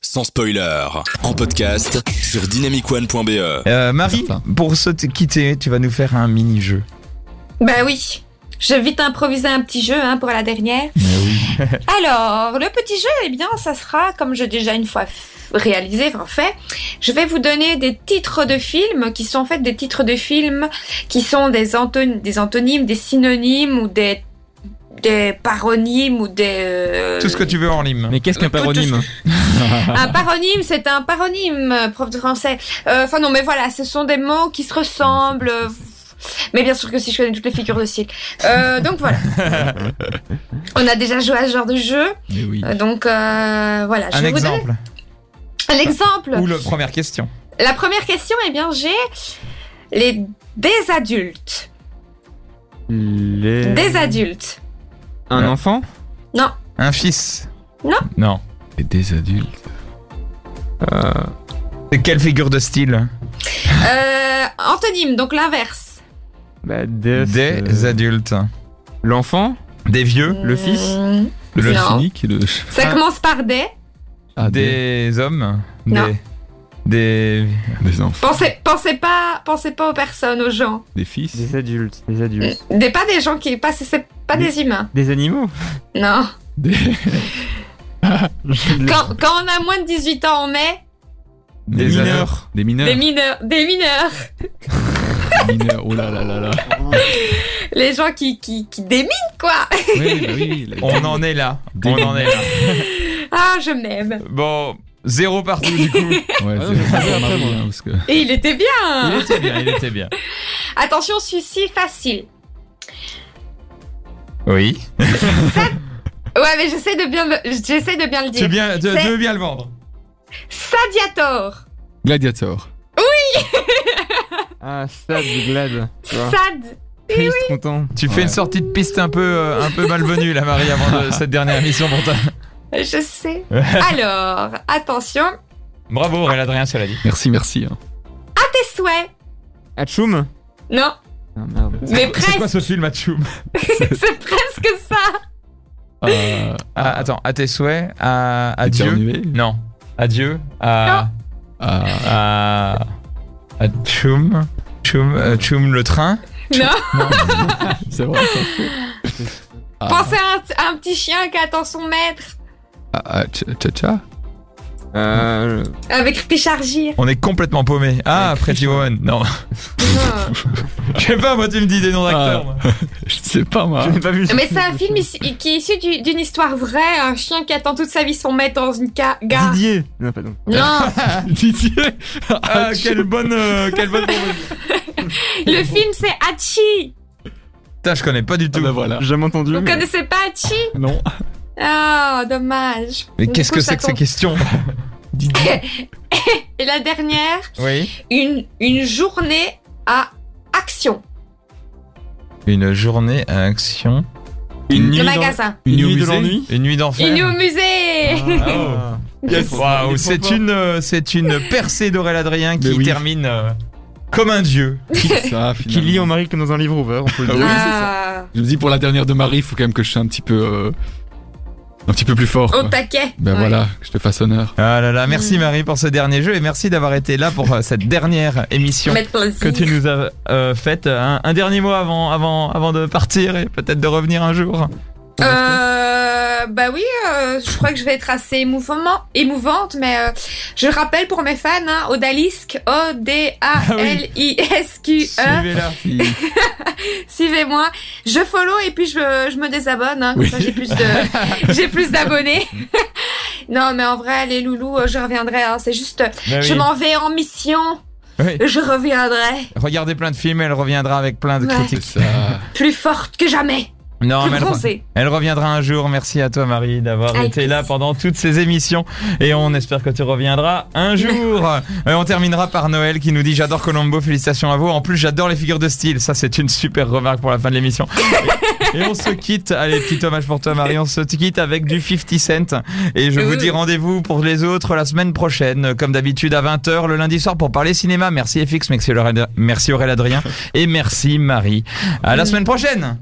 sans spoiler, en podcast sur dynamicone.be. Euh, Marie, Certain. pour se t- quitter, tu vas nous faire un mini-jeu. Ben oui. J'ai vite improvisé un petit jeu hein, pour la dernière. Alors, le petit jeu, eh bien, ça sera, comme j'ai déjà une fois f- réalisé, enfin fait, je vais vous donner des titres de films qui sont en fait des titres de films qui sont des, anton- des antonymes, des synonymes ou des, des paronymes ou des... euh, Tout ce que tu veux en lime. Mais qu'est-ce qu'un paronyme Un paronyme, c'est un paronyme, euh, prof de français. Euh, Enfin non, mais voilà, ce sont des mots qui se ressemblent. euh, Mais bien sûr que si je connais toutes les figures de style. Euh, donc voilà. On a déjà joué à ce genre de jeu. Mais oui. euh, Donc euh, voilà, je Un vais vous donner exemple. un exemple. Ou la première question. La première question, eh bien j'ai les des adultes. Les- Des adultes. Un enfant Un fils. Non. Non. Et des adultes. C'est quelle figure de style Euh, antonyme, donc l'inverse. Bah, des. Des euh, adultes. L'enfant Des vieux. le fils Mmh, Le Non. cynique et le. Ça Ah. commence par des. Ah, Des hommes. Non. Des. Des, des enfants. Pensez, pensez pas, pensez pas aux personnes, aux gens. Des fils. Des adultes. Des adultes. Mm. Des pas des gens qui passent, c'est pas des humains. Des animaux Non. Des. Quand, quand on a moins de 18 ans, on met Des, Des adultes. mineurs. Des mineurs. des mineurs. Des mineurs. Des mineurs. Oh là là là là. Les gens qui, qui, qui déminent, quoi. Oui, bah oui. les- On en est là. Des- On en est là. Ah, je m'aime. Bon, zéro partout du coup. Ouais, Ah non, c'est je sais vraiment pas, Marie, moi. hein, parce que. Et il était Il bien. était bien, il était bien. Attention, celui-ci, facile. Oui. Ouais, mais j'essaie de bien le, j'essaie de bien le Tu veux dire. bien, tu- C'est- tu veux bien le vendre Sadiator. Gladiator. Ah, Sad du Glad. Tu vois. Sad. Triste, content. Tu fais Ouais. une sortie de piste un peu, euh, un peu malvenue là, Marie, avant de- cette dernière émission pour toi. Je sais. Alors, attention. Bravo, Aurélien Adrien, cela dit. Merci, merci. hein. Tes souhaits. Atchoum Non, Ah, merde. mais C'est quoi presque. ce film, Matchoum C'est presque ça. Euh, Ah, Attends, à tes souhaits, à, à Dieu. éternuer. Non. Adieu. À. Ah, À. À Tchoum. Tchoum, euh, Tchoum le train. Non. c'est vrai. ça. Ah, Pensez à un, à un petit chien qui attend son maître. ah, ah, tcha- tcha-tcha. Euh, Avec Richard Gir. On est complètement paumé. Ah, Pretty Woman. Non. Non. Je sais pas, moi, tu me dis des noms d'acteurs. Ah. moi. Je sais pas, moi. Je n'ai pas vu. Mais c'est un film issu- qui est issu du- d'une histoire vraie, un chien qui attend toute sa vie son maître dans une ca- gare. Didier Non, pardon. Non, Didier. Ah, Ah, quelle bonne. euh, quelle bonne proposition. le film c'est Hachi. Putain, je connais pas du Ah tout. bah voilà. J'ai jamais entendu. Vous mais- connaissez pas Hachi Non. Oh, dommage. Mais Du qu'est-ce coup, que ça c'est que ces tombe. questions Et la dernière, Oui. une, une journée à action. Une journée à action. Une le nuit. magasin. Une nuit de de l'ennui. l'ennui Une nuit d'enfer. Il est au musée. Ah. Yes. Waouh, c'est une, euh, c'est une percée d'Aurel Adrien qui Mais oui. termine euh, comme un dieu. Ça, Qui lit finalement. en Marie comme dans un livre ouvert, on peut le Ah dire. oui. Ah, Je me dis pour la dernière de Marie, il faut quand même que je sois un petit peu, euh, un petit peu plus fort. au quoi. taquet. Ben Ouais. voilà, que je te fasse honneur. Ah là là, merci Mm. Marie pour ce dernier jeu et merci d'avoir été là pour euh, cette dernière émission Mettre plaisir. que tu nous as euh, faite. Un, un dernier mot avant, avant, avant de partir et peut-être de revenir un jour. Euh, bah oui, euh, je crois que je vais être assez émouvement, émouvante, mais euh, je rappelle pour mes fans, hein, Odalisque, Euh, O-D-A-L-I-S-Q-E, Suivez-la. E. suivez-moi, je follow et puis je, je me désabonne, hein, comme Oui. ça j'ai plus de, j'ai plus d'abonnés. non, mais en vrai, les loulous, euh, je reviendrai, hein, c'est juste, euh, Bah je oui. m'en vais en mission, Oui. je reviendrai, Regardez plein de films, elle reviendra avec plein de Ouais. critiques. C'est ça. plus forte que jamais, Non, plus Ah, mais elle, bronzée. Elle reviendra un jour. Merci à toi, Marie, d'avoir Avec été là plaisir. pendant toutes ces émissions. Et on espère que tu reviendras un jour. Euh, on terminera par Noël qui nous dit J'adore Colombo, félicitations à vous. En plus, j'adore les figures de style. Ça, c'est une super remarque pour la fin de l'émission. Et, et on se quitte. Allez, petit hommage pour toi, Marie. On se quitte avec du 50 Cent. Et je vous dis rendez-vous pour les autres la semaine prochaine. Comme d'habitude, à 20h le lundi soir pour parler cinéma. Mmh. Merci FX, merci Aurélien- merci Aurélien Adrien. Et merci Marie. À la semaine prochaine!